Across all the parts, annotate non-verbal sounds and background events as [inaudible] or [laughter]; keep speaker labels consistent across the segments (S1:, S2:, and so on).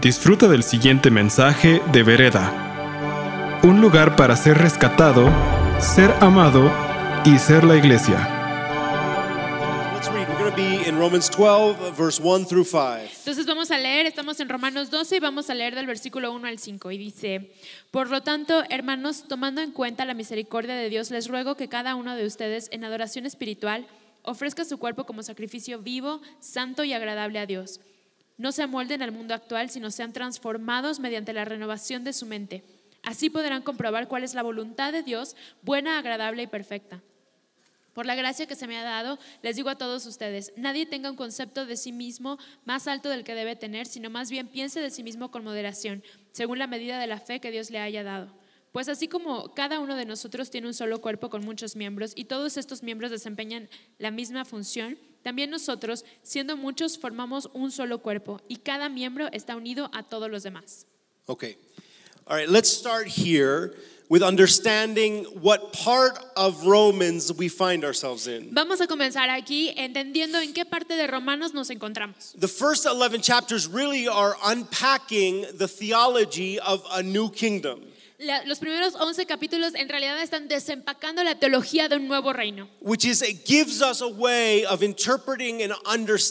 S1: Disfruta del siguiente mensaje de Vereda. Un lugar para ser rescatado, ser amado y ser la iglesia.
S2: Let's read. We're going to be in Romans 12, verse 1 through 5.
S3: Entonces vamos a leer, estamos en Romanos 12 y vamos a leer del versículo 1 al 5 y dice, por lo tanto, hermanos, tomando en cuenta la misericordia de Dios, les ruego que cada uno de ustedes en adoración espiritual ofrezca su cuerpo como sacrificio vivo, santo y agradable a Dios. No se amolden al mundo actual, sino sean transformados mediante la renovación de su mente. Así podrán comprobar cuál es la voluntad de Dios, buena, agradable y perfecta. Por la gracia que se me ha dado, les digo a todos ustedes, nadie tenga un concepto de sí mismo más alto del que debe tener, sino más bien piense de sí mismo con moderación, según la medida de la fe que Dios le haya dado. Pues así como cada uno de nosotros tiene un solo cuerpo con muchos miembros y todos estos miembros desempeñan la misma función, también nosotros, siendo muchos, formamos un solo cuerpo y cada miembro está unido a todos los demás.
S2: Okay. All right, let's start here with understanding what part of Romans we find ourselves in.
S3: Vamos a comenzar aquí entendiendo en qué parte de Romanos nos encontramos.
S2: The first 11 chapters really are unpacking the theology of a new kingdom.
S3: La- los primeros 11 capítulos en realidad están desempacando la teología de un nuevo reino,
S2: which is it gives us a way of interpreting and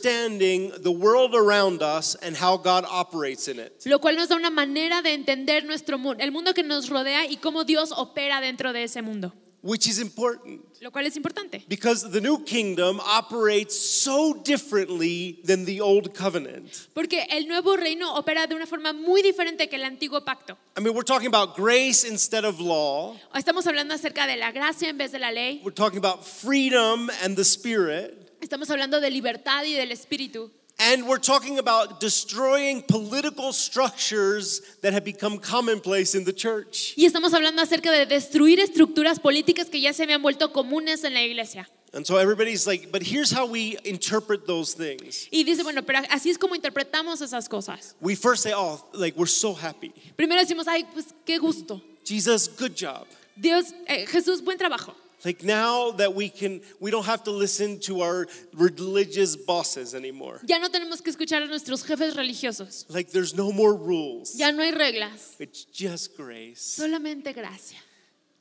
S2: understanding the world around us and how God operates in it.
S3: lo cual nos da una manera de entender nuestro mundo, el mundo que nos rodea y cómo Dios opera dentro de ese mundo,
S2: Which is important
S3: lo cual es importante.
S2: because the new kingdom operates so differently than the old covenant.
S3: Porque el nuevo reino opera de una forma muy diferente que el antiguo pacto.
S2: I mean, we're talking about grace instead of law.
S3: Estamos hablando acerca de la gracia en vez de la ley.
S2: We're talking about freedom and the spirit.
S3: Estamos hablando de libertad y del espíritu.
S2: And we're talking about destroying political structures that have become commonplace in the church.
S3: Y estamos hablando acerca de destruir estructuras políticas que ya se habían vuelto comunes en la iglesia.
S2: And so everybody's like, but here's how we interpret those things.
S3: Y dice, bueno, pero así es como interpretamos esas cosas.
S2: We first say, oh, like, we're so happy.
S3: Primero decimos, ay, pues qué gusto.
S2: Jesus, good job.
S3: Dios, eh, Jesús, buen trabajo.
S2: Like, now that we can, we don't have to listen to our religious bosses anymore.
S3: Ya no tenemos que escuchar a nuestros jefes religiosos.
S2: Like, there's no more rules.
S3: Ya no hay reglas,
S2: It's just grace.
S3: solamente gracia.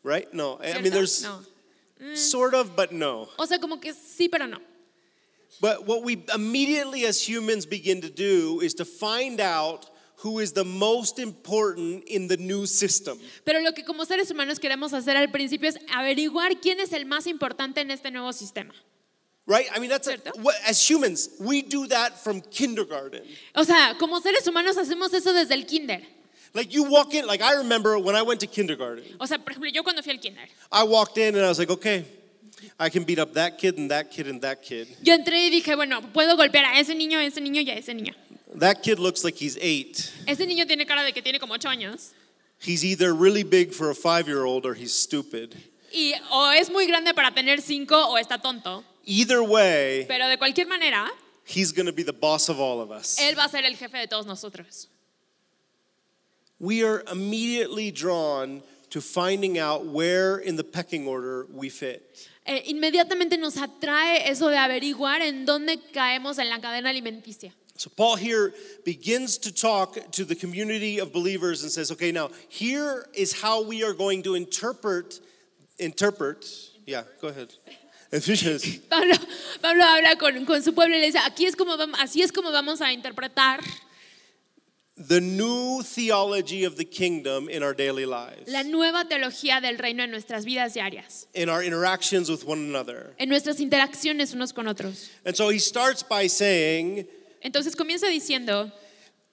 S2: Right? No. I- I mean,
S3: ¿cierto?
S2: there's
S3: No. Mm.
S2: sort of, but no.
S3: O sea, como que sí, pero no.
S2: But what we immediately as humans begin to do is to find out who is the most important in the new system.
S3: Pero lo que como seres humanos queremos hacer al principio es averiguar quién es el más importante en este nuevo sistema.
S2: Right? I mean, that's a,
S3: Cierto.
S2: what, as humans, we do that from kindergarten.
S3: O sea, como seres humanos hacemos eso desde el kinder.
S2: Like you walk in, like I remember when I went to kindergarten,
S3: O sea, por ejemplo, yo cuando fui al kinder,
S2: I walked in and I was like, okay, I can beat up that kid and that kid and that kid.
S3: yo entré y dije, bueno, puedo golpear a ese niño, a ese niño y a ese niño.
S2: That kid looks like he's eight.
S3: Ese niño tiene cara de que tiene como ocho años
S2: He's either really big for a five year old or he's stupid.
S3: y o es muy grande para tener cinco o está tonto.
S2: Either way,
S3: Pero de cualquier manera,
S2: he's gonna be the boss of all of us.
S3: él va a ser el jefe de todos nosotros.
S2: We are immediately drawn to finding out where in the pecking order we fit.
S3: Eh, inmediatamente nos atrae eso de averiguar en dónde caemos en la cadena alimenticia.
S2: So Paul here begins to talk to the community of believers and says, "Okay, now here is how we are going to interpret interpret. Yeah, go ahead. Ephesians.
S3: Pablo, Pablo habla con, con su pueblo y le dice, aquí es como vam- así es como vamos a interpretar
S2: The new theology of the kingdom in our daily lives,
S3: la nueva teología del reino en nuestras vidas diarias,
S2: in our interactions with one another.
S3: en nuestras interacciones unos con otros.
S2: And so he starts by saying,
S3: Entonces comienza diciendo,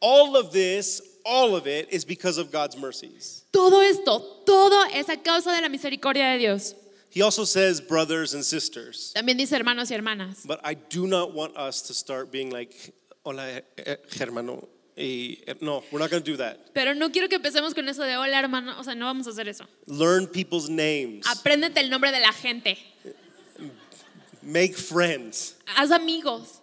S2: all of this, all of it is because of God's mercies.
S3: todo esto, todo es a causa de la misericordia de Dios.
S2: He also says brothers and sisters.
S3: También dice hermanos y hermanas.
S2: But I do not want us to start being like, hola, eh, hermano. eh, eh, No, we're not going to do that.
S3: Pero no quiero que empecemos con eso de hola hermano, o sea, no vamos a hacer eso.
S2: Learn people's names.
S3: Apréndete el nombre de la gente,
S2: Make friends
S3: haz amigos.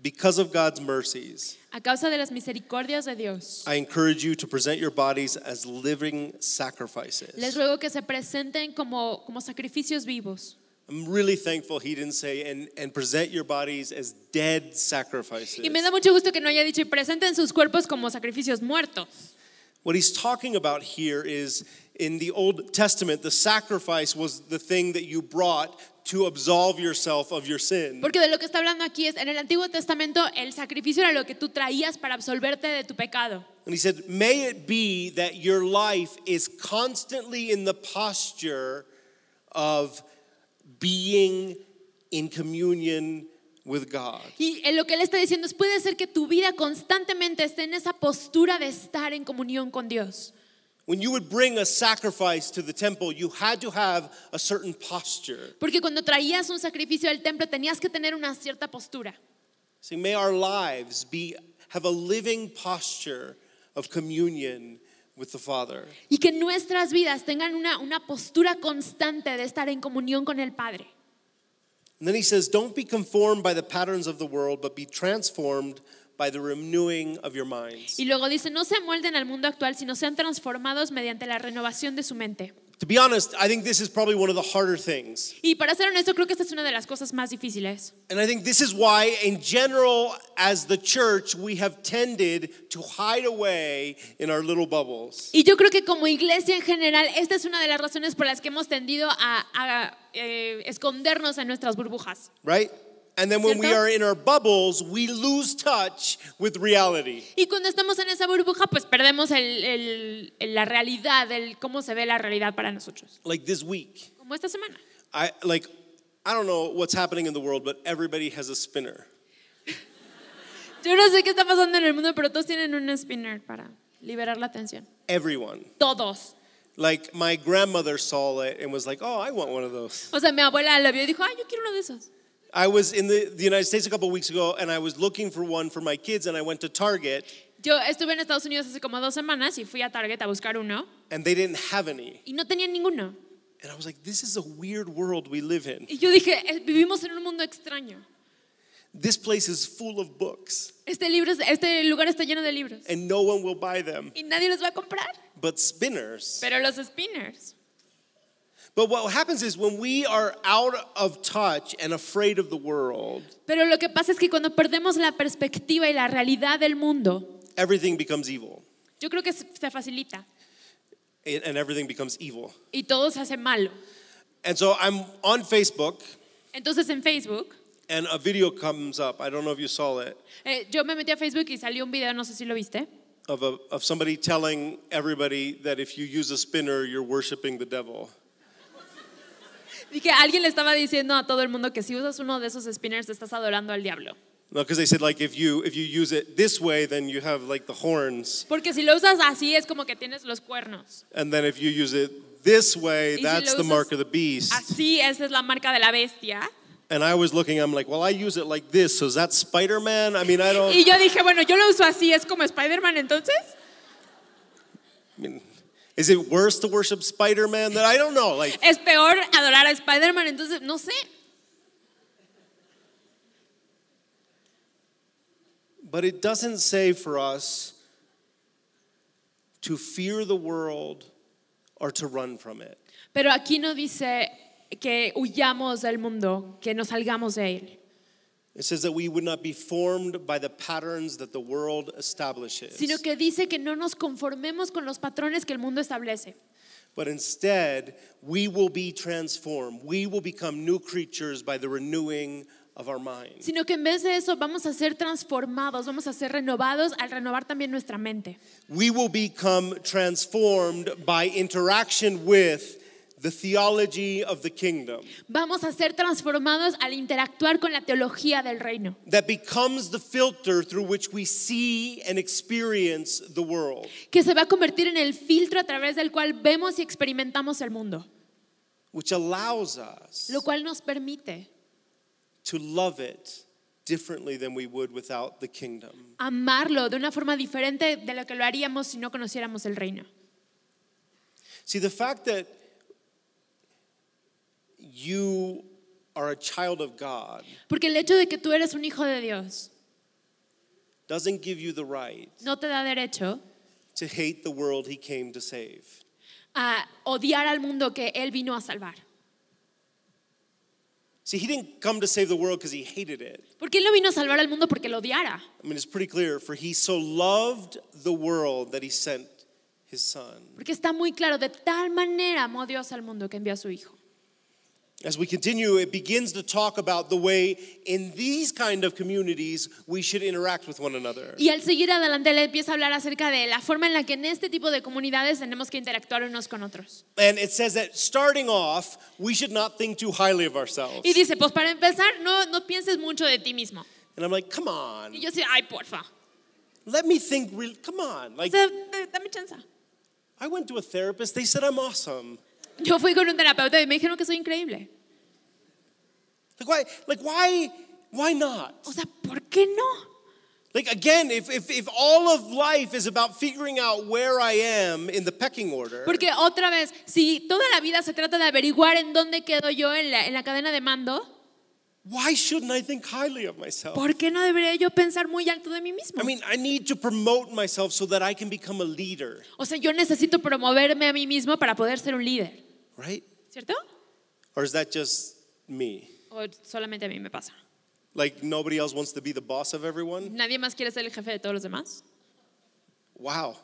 S2: because of God's mercies.
S3: A causa de las misericordias de Dios,
S2: I encourage you to present your bodies as living
S3: les
S2: sacrifices,
S3: ruego que se presenten como, como sacrificios vivos,
S2: I'm really thankful he didn't say, and, and present your bodies as dead sacrifices.
S3: Y me da mucho gusto que no haya dicho, y presenten sus cuerpos como sacrificios muertos.
S2: What he's talking about here is in the Old Testament, the sacrifice was the thing that you brought to absolve yourself of your sin.
S3: Porque de lo que está hablando aquí es, en el Antiguo Testamento el sacrificio era lo que tú traías para absolverte de tu pecado.
S2: And he said, May it be that your life is constantly in the posture of being in communion with God.
S3: Y en lo que él está diciendo es, puede ser que tu vida constantemente esté en esa postura de estar en comunión con Dios.
S2: When you would bring a sacrifice to the temple, you had to have a certain posture.
S3: Porque cuando traías un sacrificio al templo tenías que tener una cierta postura.
S2: See, may our lives be have a living posture of communion with the Father.
S3: Y que nuestras vidas tengan una, una postura constante de estar en comunión con el Padre.
S2: And then he says, Don't be conformed by the patterns of the world, but be transformed by the renewing of your minds.
S3: Y luego dice, no se amolden al mundo actual, sino sean transformados mediante la renovación de su mente.
S2: To be honest, I think this is probably one of the harder things.
S3: Y para ser honesto, creo que esta es una de las cosas más difíciles.
S2: And I think this is why, in general, as the church, we have tended to hide away in our little bubbles.
S3: Y yo creo que como iglesia en general, esta es una de las razones por las que hemos tendido a, a, eh, escondernos en nuestras burbujas.
S2: right? And then when we
S3: ¿Cierto?
S2: are in our bubbles, we lose touch with reality.
S3: Y cuando estamos en esa burbuja, pues perdemos el- el- el- la realidad, el cómo se ve la realidad para nosotros.
S2: Like this week,
S3: Como esta semana.
S2: I like I don't know what's happening in the world, but everybody has a spinner.
S3: Yo no sé qué está pasando en el mundo, pero todos tienen un spinner para liberar la tensión.
S2: Everyone.
S3: Todos.
S2: Like my grandmother saw it and was like, "Oh, I want one of those."
S3: O sea, mi abuela lo vio y dijo, ay, yo quiero uno de esos.
S2: I was in the, the United States a couple weeks ago and I was looking for one for my kids and I went to Target
S3: Yo estuve en Estados Unidos hace como dos semanas y fui a Target a buscar uno
S2: and they didn't have any.
S3: y no tenía ninguno.
S2: And I was like, "This is a weird world we live in.
S3: Y yo dije, "Eh, vivimos en un mundo extraño.
S2: This place is full of books
S3: Este, libro, es- este lugar está lleno de libros
S2: and no one will buy them,
S3: y nadie los va a comprar.
S2: but spinners."
S3: Pero los spinners.
S2: But what happens is when we are out of touch and afraid of the world,
S3: Pero lo que pasa es que cuando perdemos la perspectiva y la realidad del mundo,
S2: everything becomes evil
S3: yo creo que se se facilita
S2: and and everything becomes evil.
S3: y todo se hace malo.
S2: And so I'm on Facebook
S3: Entonces en Facebook,
S2: and a video comes up. I don't know if you saw it
S3: eh, yo me metí a Facebook y salió un video, no sé si lo viste,
S2: of a, of somebody telling everybody that if you use a spinner, you're worshiping the devil.
S3: y que alguien le estaba diciendo a todo el mundo que si usas uno de esos spinners estás adorando al diablo.
S2: No, because they said like if you if you use it this way, then you have like the horns,
S3: Porque si lo usas así es como que tienes los cuernos.
S2: and then if you use it this way,
S3: si
S2: that's
S3: lo
S2: the
S3: usas
S2: mark of the beast.
S3: Así, esa es la marca de la bestia.
S2: And I was looking, I'm like, well, I use it like this, so is that Spider Man? I mean, I
S3: [laughs]
S2: don't.
S3: Y yo dije, bueno, yo lo uso así, es como Spider-Man entonces.
S2: I mean, is it worse to worship Spider Man? That I don't know. Like,
S3: Es peor adorar a Spider-Man, entonces no sé.
S2: but it doesn't say for us to fear the world or to run from it.
S3: Pero aquí no dice que huyamos del mundo, que nos salgamos de él,
S2: It says that we would not be formed by the patterns that the world establishes,
S3: sino que dice que no nos conformemos con los patrones que el mundo establece,
S2: but instead we will be transformed. We will become new creatures by the renewing of our minds.
S3: sino que en vez de eso vamos a ser transformados, vamos a ser renovados al renovar también nuestra mente.
S2: We will become transformed by interaction with the theology of the kingdom.
S3: Vamos a ser transformados al interactuar con la teología del reino.
S2: that becomes the filter through which we see and experience the world.
S3: que se va a convertir en el filtro a través del cual vemos y experimentamos el mundo,
S2: Which allows us
S3: lo cual nos permite
S2: to love it differently than we would without the kingdom.
S3: amarlo de una forma diferente de lo que lo haríamos si no conociéramos el reino.
S2: See, the fact that you are a child of God
S3: Porque el hecho de que tú eres un hijo de Dios
S2: doesn't give you the right
S3: no te da derecho
S2: to hate the world he came to save.
S3: a odiar al mundo que Él vino a salvar.
S2: See, he didn't come to save the world because he hated it.
S3: Porque Él no vino a salvar al mundo porque lo odiara.
S2: I mean, it's pretty clear. For he so loved the world that he sent his son.
S3: Porque está muy claro, de tal manera amó Dios al mundo que envió a su Hijo.
S2: As we continue, it begins to talk about the way in these kind of communities we should interact with one another.
S3: Y al seguir adelante, Él empieza a hablar acerca de la forma en la que en este tipo de comunidades tenemos que interactuar unos con otros.
S2: And it says that starting off, we should not think too highly of ourselves.
S3: Y dice, pues para empezar, no, no pienses mucho de ti mismo.
S2: And I'm like, come on,
S3: Y yo decía, ay, porfa.
S2: let me think. Real, come on,
S3: O
S2: like
S3: sea, d- dame chance.
S2: I went to a therapist. They said I'm awesome.
S3: Yo fui con un terapeuta y me dijeron que soy increíble.
S2: Like why? Like why? Why not?
S3: O sea, ¿por qué no?
S2: Like again, if if if all of life is about figuring out where I am in the pecking order,
S3: Porque otra vez, si toda la vida se trata de averiguar en dónde quedo yo en la, en la cadena de mando,
S2: why shouldn't I think highly of myself?
S3: ¿por qué no debería yo pensar muy alto de mí mismo?
S2: I mean, I need to promote myself so that I can become a leader,
S3: O sea, yo necesito promoverme a mí mismo para poder ser un líder,
S2: right?
S3: ¿cierto?
S2: Or is that just me?
S3: O solamente a mí me pasa.
S2: Like nobody else wants to be the boss of everyone?
S3: ¿Nadie más quiere ser el jefe de todos los demás?
S2: Wow.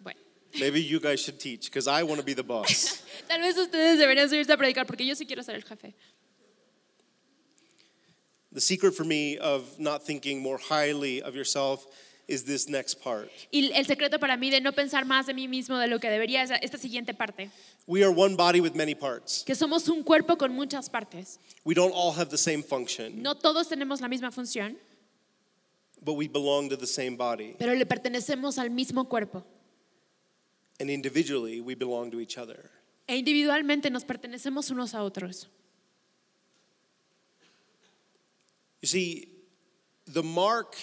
S3: Bueno,
S2: Maybe you guys should teach because I want to be the boss.
S3: tal vez ustedes deberían subirse a predicar porque yo sí quiero ser el jefe.
S2: the secret for me of not thinking more highly of yourself is this next part.
S3: Y el secreto para mí de no pensar más de mí mismo de lo que debería es esta siguiente parte,
S2: We are one body with many parts.
S3: que somos un cuerpo con muchas partes.
S2: We don't all have the same function,
S3: No todos tenemos la misma función,
S2: but we belong to the same body.
S3: pero le pertenecemos al mismo cuerpo.
S2: And individually, we belong to each other.
S3: E individualmente nos pertenecemos unos a otros.
S2: You see, the mark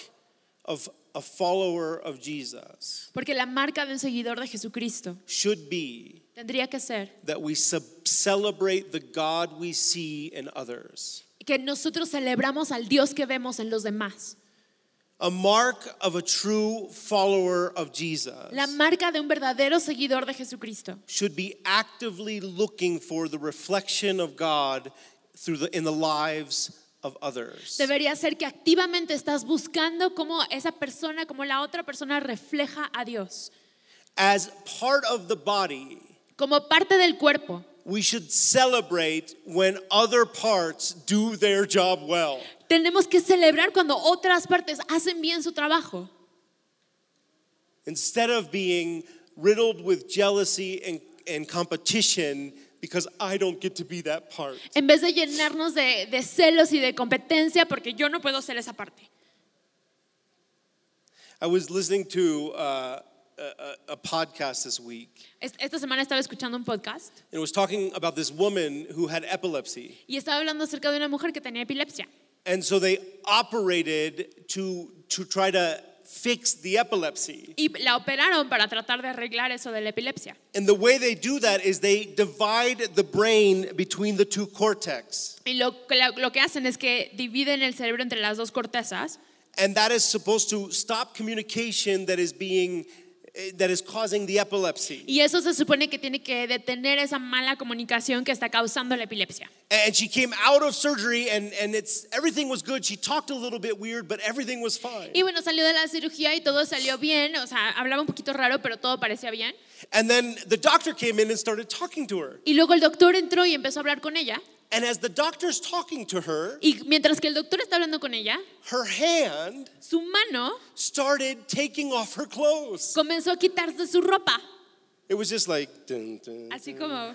S2: of a follower of Jesus
S3: Porque la marca de un seguidor de Jesucristo
S2: should be
S3: tendría que ser
S2: that we sub- celebrate the God we see in others.
S3: que nosotros celebramos al Dios que vemos en los demás.
S2: A mark of a true follower of Jesus
S3: La marca de un verdadero seguidor de Jesucristo
S2: should be actively looking for the reflection of God through the, in the lives of others.
S3: debería ser que activamente estás buscando cómo esa persona, cómo la otra persona refleja a Dios.
S2: As part of the body,
S3: Como parte del cuerpo,
S2: we should celebrate when other parts do their job well.
S3: tenemos que celebrar cuando otras partes hacen bien su trabajo.
S2: Instead of being riddled with jealousy and, and competition because I don't get to be that part.
S3: En vez de llenarnos de, de celos y de competencia porque yo no puedo ser esa parte.
S2: I was listening to uh, a, a- a podcast this week,
S3: Es- Esta semana estaba escuchando un podcast
S2: and it was talking about this woman who had epilepsy.
S3: y estaba hablando acerca de una mujer que tenía epilepsia.
S2: And so they operated to, to try to fix the epilepsy.
S3: Y la operaron para tratar de arreglar eso de la epilepsia.
S2: And the way they do that is they divide the brain between the two cortex.
S3: Y lo, que- lo que hacen es que dividen el cerebro entre las dos cortezas
S2: And that is supposed to stop communication that is being eh, that is causing the epilepsy.
S3: y eso se supone que tiene que detener esa mala comunicación que está causando la epilepsia.
S2: And she came out of surgery and, and it's everything was good. She talked a little bit weird, but everything was fine.
S3: Y bueno, salió de la cirugía y todo salió bien, o sea, hablaba un poquito raro, pero todo parecía bien.
S2: And then the doctor came in and started talking to her.
S3: Y luego el doctor entró y empezó a hablar con ella.
S2: And as the doctor's talking to her,
S3: Y mientras que el doctor está hablando con ella,
S2: her hand
S3: su mano
S2: started taking off her clothes.
S3: comenzó a quitarse su ropa,
S2: It was just like dun, dun.
S3: así como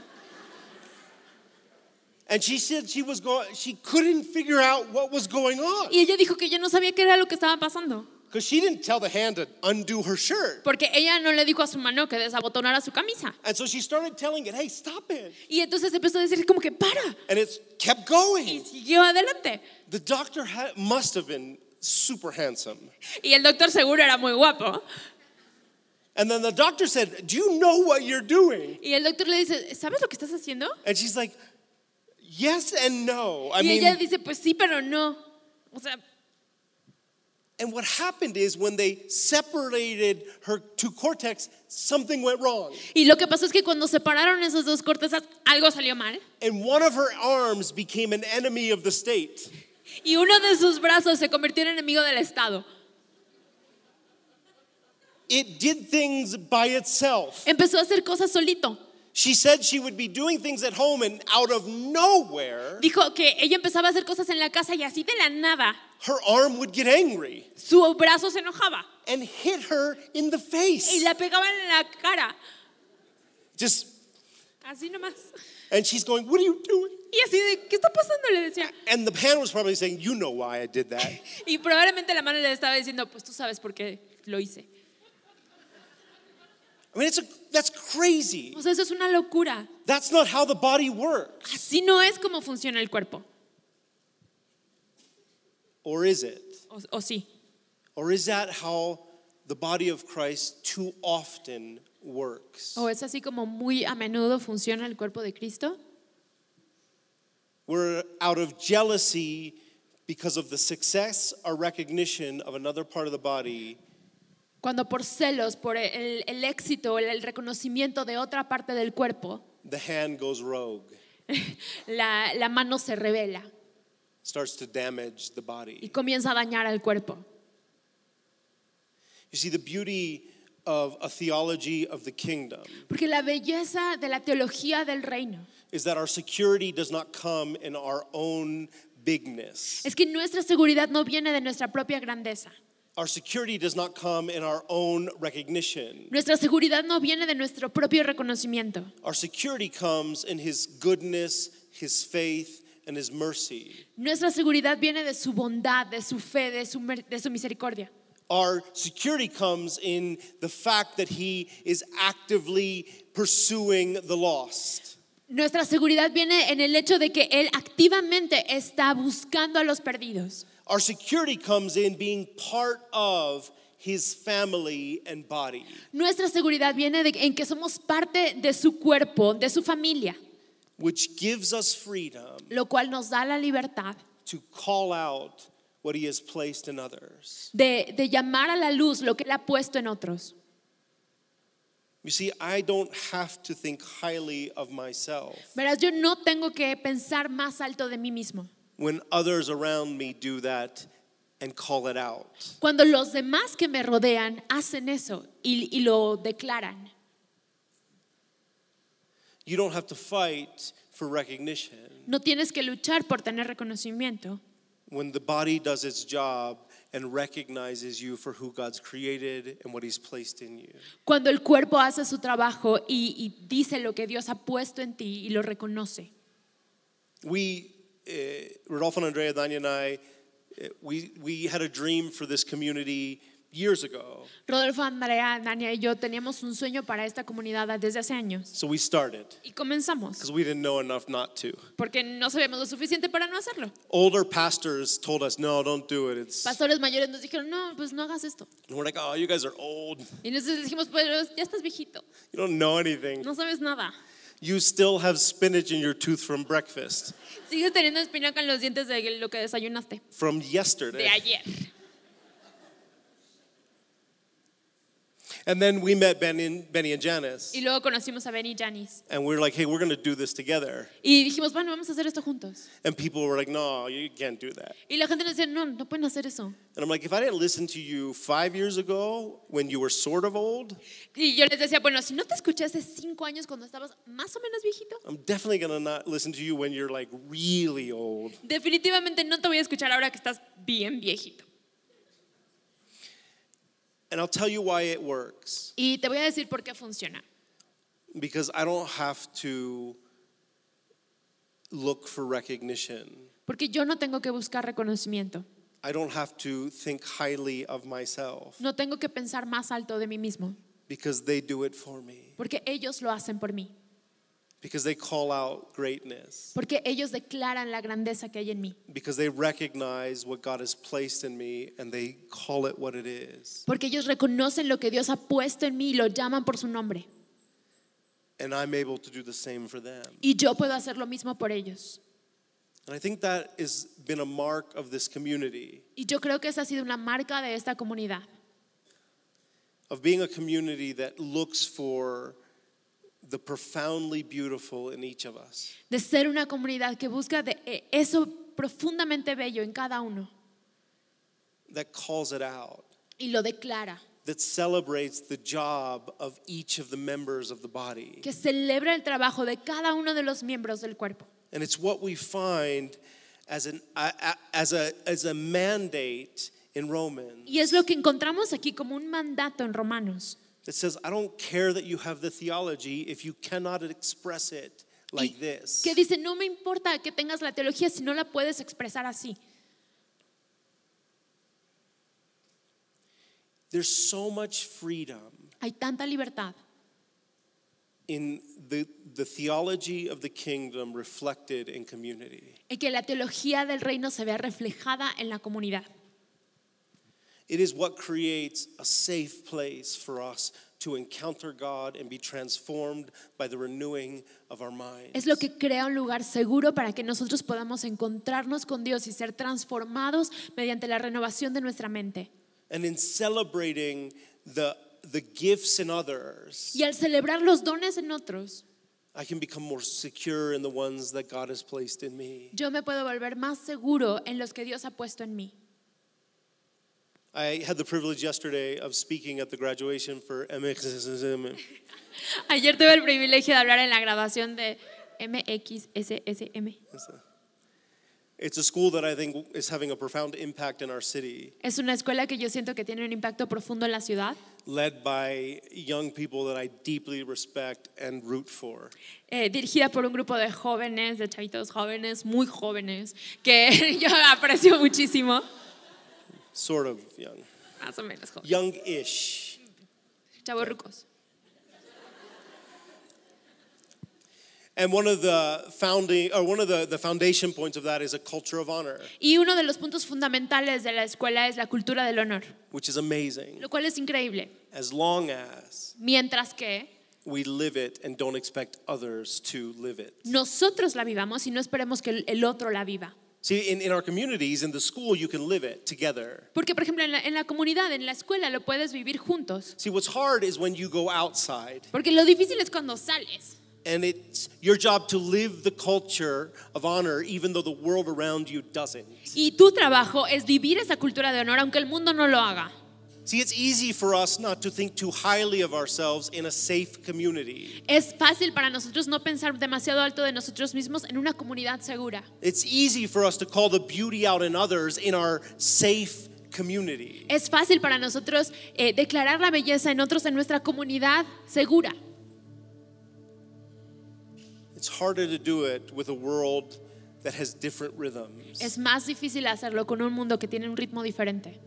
S2: And she said she was going she couldn't figure out what was going on
S3: y ella dijo que ella no sabía qué era lo que estaba pasando,
S2: cuz she didn't tell the hand to undo her shirt.
S3: porque ella no le dijo a su mano que desabotonara su camisa.
S2: And so she started telling it, "Hey, stop it."
S3: Y entonces empezó a decir como que para
S2: And it's kept
S3: y
S2: going.
S3: siguió adelante.
S2: The doctor ha- must have been super handsome.
S3: Y el doctor seguro era muy guapo.
S2: And then the doctor said, "Do you know what you're doing?"
S3: Y el doctor le dice, ¿sabes lo que estás haciendo?
S2: And she's like, "Yes and no." I
S3: y ella
S2: mean,
S3: dice, pues sí, pero no. O sea,
S2: And what happened is when they separated her two cortex, something went wrong.
S3: Y lo que pasó es que cuando separaron esas dos cortezas, algo salió mal.
S2: And one of her arms became an enemy of the state.
S3: Y uno de sus brazos se convirtió en enemigo del Estado.
S2: It did things by itself.
S3: Empezó a hacer cosas solito.
S2: She said she would be doing things at home, and out of nowhere,
S3: Dijo que ella empezaba a hacer cosas en la casa y así de la nada,
S2: her arm would get angry
S3: su brazo se enojaba
S2: and hit her in the
S3: y
S2: face.
S3: la pegaba en la cara.
S2: Just,
S3: Así nomás.
S2: and she's going, What are you doing?
S3: Y así de, ¿qué está pasando? Le decía.
S2: And the hand was probably saying, You know why I did that.
S3: Y probablemente la mano le estaba diciendo, pues tú sabes por qué lo hice.
S2: I mean, it's a, that's crazy.
S3: O sea, eso es una locura.
S2: That's not how the body works.
S3: Así no es como funciona el cuerpo.
S2: Or is it?
S3: O, o sí.
S2: Or is that how the body of Christ too often works?
S3: O es así como muy a menudo funciona el cuerpo de Cristo.
S2: We're out of jealousy because of the success or recognition of another part of the body.
S3: Cuando por celos, por el, el éxito, el, el reconocimiento de otra parte del cuerpo, [laughs]
S2: the hand goes rogue,
S3: la, la mano se revela
S2: starts to damage the
S3: y
S2: body.
S3: comienza a dañar al cuerpo.
S2: You see, the beauty of a theology of the kingdom
S3: Porque la belleza de la teología del reino
S2: is that our security does not come in our own bigness.
S3: es que nuestra seguridad no viene de nuestra propia grandeza.
S2: Our security does not come in our own recognition.
S3: Nuestra seguridad no viene de nuestro propio reconocimiento.
S2: Our security comes in his goodness, his faith, and his mercy.
S3: Nuestra seguridad viene de su bondad, de su fe, de su, mer- de su misericordia.
S2: Our security comes in the fact that he is actively pursuing the lost.
S3: Nuestra seguridad viene en el hecho de que Él activamente está buscando a los perdidos.
S2: Our security comes in being part of his family and body.
S3: Nuestra seguridad viene de- en que somos parte de su cuerpo, de su familia,
S2: which gives us freedom
S3: lo cual nos da la libertad
S2: to call out what he has placed in others.
S3: de, de llamar a la luz lo que Él ha puesto en otros.
S2: You see, I don't have to think highly of myself
S3: Verás, yo no tengo que pensar más alto de mí mismo.
S2: when others around me do that and call it out.
S3: Cuando los demás que me rodean hacen eso y, y lo declaran,
S2: You don't have to fight for recognition
S3: no tienes que luchar por tener reconocimiento.
S2: when the body does its job and recognizes you for who God's created and what he's placed in you.
S3: Cuando el cuerpo hace su trabajo y, y dice lo que Dios ha puesto en ti y lo reconoce.
S2: We, uh, Rodolfo and Andrea, Danya and I, uh, we, we had a dream for this community years ago.
S3: Rodolfo, Andrea, Dania y yo teníamos un sueño para esta comunidad desde hace años
S2: So we started
S3: y comenzamos
S2: because we didn't know enough not to.
S3: porque no sabíamos lo suficiente para no hacerlo.
S2: Older pastors told us, no, don't do it. It's,
S3: Pastores mayores nos dijeron, no, pues no hagas esto.
S2: and we're like, oh, you guys are old.
S3: Y entonces dijimos, pero ya estás viejito,
S2: You don't know anything.
S3: no sabes nada.
S2: You still have spinach in your tooth from breakfast,
S3: Sigues teniendo espinaca en los dientes de lo que desayunaste
S2: from
S3: de
S2: yesterday.
S3: ayer.
S2: And then we met Benny and, Benny and Janice.
S3: Y luego conocimos a Benny y Janice.
S2: And we were like, hey, we're going to do this together.
S3: Y dijimos, bueno, vamos a hacer esto juntos.
S2: And people were like, no, you can't do that.
S3: Y la gente nos decía, no, no pueden hacer eso.
S2: And I'm like, if I didn't listen to you five years ago when you were sort of old,
S3: Y yo les decía, bueno, si no te escuché hace cinco años cuando estabas más o menos viejito,
S2: I'm definitely going to not listen to you when you're like really old.
S3: definitivamente no te voy a escuchar ahora que estás bien viejito.
S2: And I'll tell you why it works.
S3: Y te voy a decir por qué funciona.
S2: because I don't have to look for recognition.
S3: Porque yo no tengo que buscar reconocimiento.
S2: I don't have to think highly of myself
S3: No tengo que pensar más alto de mí mismo.
S2: because they do it for me,
S3: Porque ellos lo hacen por mí.
S2: because they call out greatness,
S3: Porque ellos declaran la grandeza que hay en mí.
S2: because they recognize what God has placed in me and they call it what it is.
S3: Porque ellos reconocen lo que Dios ha puesto en mí y lo llaman por su nombre.
S2: And I'm able to do the same for them.
S3: Y yo puedo hacer lo mismo por ellos.
S2: And I think that has been a mark of this community,
S3: Y yo creo que esa ha sido una marca de esta comunidad,
S2: of being a community that looks for the profoundly beautiful in each of us.
S3: de ser una comunidad que busca de eh, eso profundamente bello en cada uno
S2: that calls it out,
S3: y lo declara,
S2: that celebrates the job of each of the members of the body.
S3: que celebra el trabajo de cada uno de los miembros del cuerpo.
S2: And it's what we find as, an, a- a- as, a, as a mandate in Romans
S3: Y es lo que encontramos aquí como un mandato en Romanos.
S2: that says, I don't care that you have the theology if you cannot express it like this.
S3: que dice, no me importa que tengas la teología si no la puedes expresar así.
S2: There's so much freedom
S3: Hay tanta libertad
S2: in the, the theology of the kingdom reflected in community.
S3: en que la teología del reino se vea reflejada en la comunidad.
S2: It is what creates a safe place for us to encounter God and be transformed by the renewing of our minds.
S3: Es lo que crea un lugar seguro para que nosotros podamos encontrarnos con Dios y ser transformados mediante la renovación de nuestra mente.
S2: and in celebrating the, the gifts in others,
S3: Y al celebrar los dones en otros,
S2: I can become more secure in the ones that God has placed in me.
S3: yo me puedo volver más seguro en los que Dios ha puesto en mí.
S2: I had the privilege yesterday of speaking at the graduation for MXSM.
S3: Ayer tuve el privilegio de hablar en la graduación de MXSSM.
S2: It's a school that I think is having a profound impact in our city,
S3: Es una escuela que yo siento que tiene un impacto profundo en la ciudad.
S2: led by young people that I deeply respect and root for.
S3: eh, dirigida por un grupo de jóvenes, de chavitos jóvenes, muy jóvenes, que [laughs] yo aprecio muchísimo,
S2: Sort of young.
S3: más o menos jóvenes,
S2: young ish.
S3: chavorrucos.
S2: And one of the founding or one of the, the foundation points of that is a culture of honor,
S3: Y uno de los puntos fundamentales de la escuela es la cultura del honor,
S2: which is amazing
S3: lo cual es increíble,
S2: as long as
S3: mientras que
S2: we live it and don't expect others to live it.
S3: nosotros la vivamos y no esperemos que el- el otro la viva.
S2: See, in, in our communities, in the school, you can live it together.
S3: Porque, por ejemplo, en la, en la comunidad, en la escuela, lo puedes vivir juntos.
S2: See, what's hard is when you go outside
S3: Porque lo difícil es cuando sales.
S2: and it's your job to live the culture of honor even though the world around you doesn't.
S3: Y tu trabajo es vivir esa cultura de honor, aunque el mundo no lo haga.
S2: See, it's easy for us not to think too highly of ourselves in a safe community.
S3: Es fácil para nosotros no pensar demasiado alto de nosotros mismos en una comunidad segura.
S2: It's easy for us to call the beauty out in others in our safe community.
S3: Es fácil para nosotros eh, declarar la belleza en otros en nuestra comunidad segura.
S2: It's harder to do it with a world that has different rhythms.
S3: Es más difícil hacerlo con un mundo que tiene un ritmo diferente,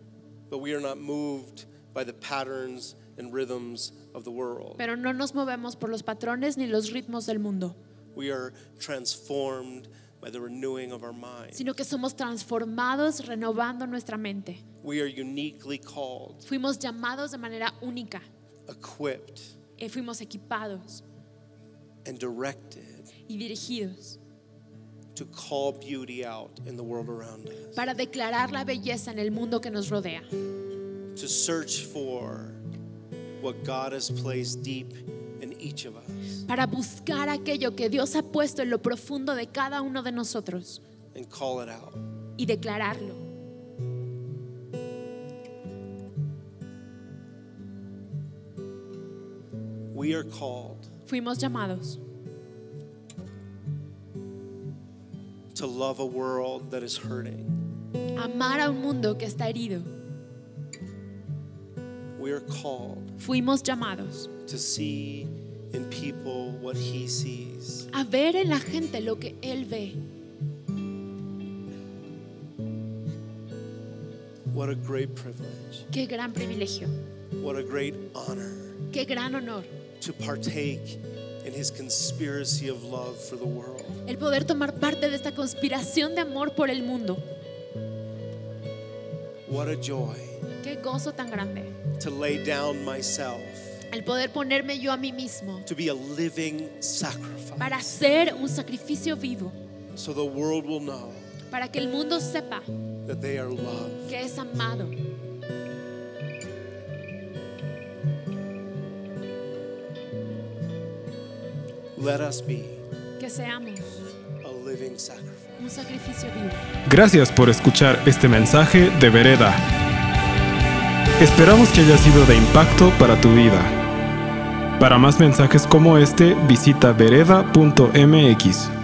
S2: But we are not moved by the patterns and rhythms of the world.
S3: pero no nos movemos por los patrones ni los ritmos del mundo,
S2: We are transformed by the renewing of our mind.
S3: sino que somos transformados renovando nuestra mente.
S2: We are uniquely called,
S3: Fuimos llamados de manera única,
S2: equipped,
S3: eh, fuimos equipados
S2: and directed
S3: y dirigidos
S2: to call beauty out in the world around us,
S3: para declarar la belleza en el mundo que nos rodea.
S2: to search for what God has placed deep in each of us.
S3: para buscar aquello que Dios ha puesto en lo profundo de cada uno de nosotros
S2: and call it out.
S3: y declararlo.
S2: We are called
S3: Fuimos llamados
S2: to love a world that is hurting.
S3: a amar a un mundo que está herido.
S2: We are called
S3: Fuimos llamados
S2: to see in people what He sees.
S3: a ver en la gente lo que Él ve.
S2: What a great privilege.
S3: Qué gran privilegio,
S2: What a great honor
S3: qué gran honor
S2: to partake in His conspiracy of love for the world.
S3: el poder tomar parte de esta conspiración de amor por el mundo.
S2: What a joy
S3: Qué gozo tan grande
S2: to lay down myself,
S3: el poder ponerme yo a mí mismo
S2: to be a living sacrifice,
S3: para ser un sacrificio vivo
S2: so the world will know
S3: para que el mundo sepa
S2: that they are loved.
S3: que es amado.
S2: Let us be
S3: Que seamos
S2: a living sacrifice.
S3: un sacrificio vivo.
S1: Gracias por escuchar este mensaje de Vereda. Esperamos que haya sido de impacto para tu vida. Para más mensajes como este, visita vereda.mx.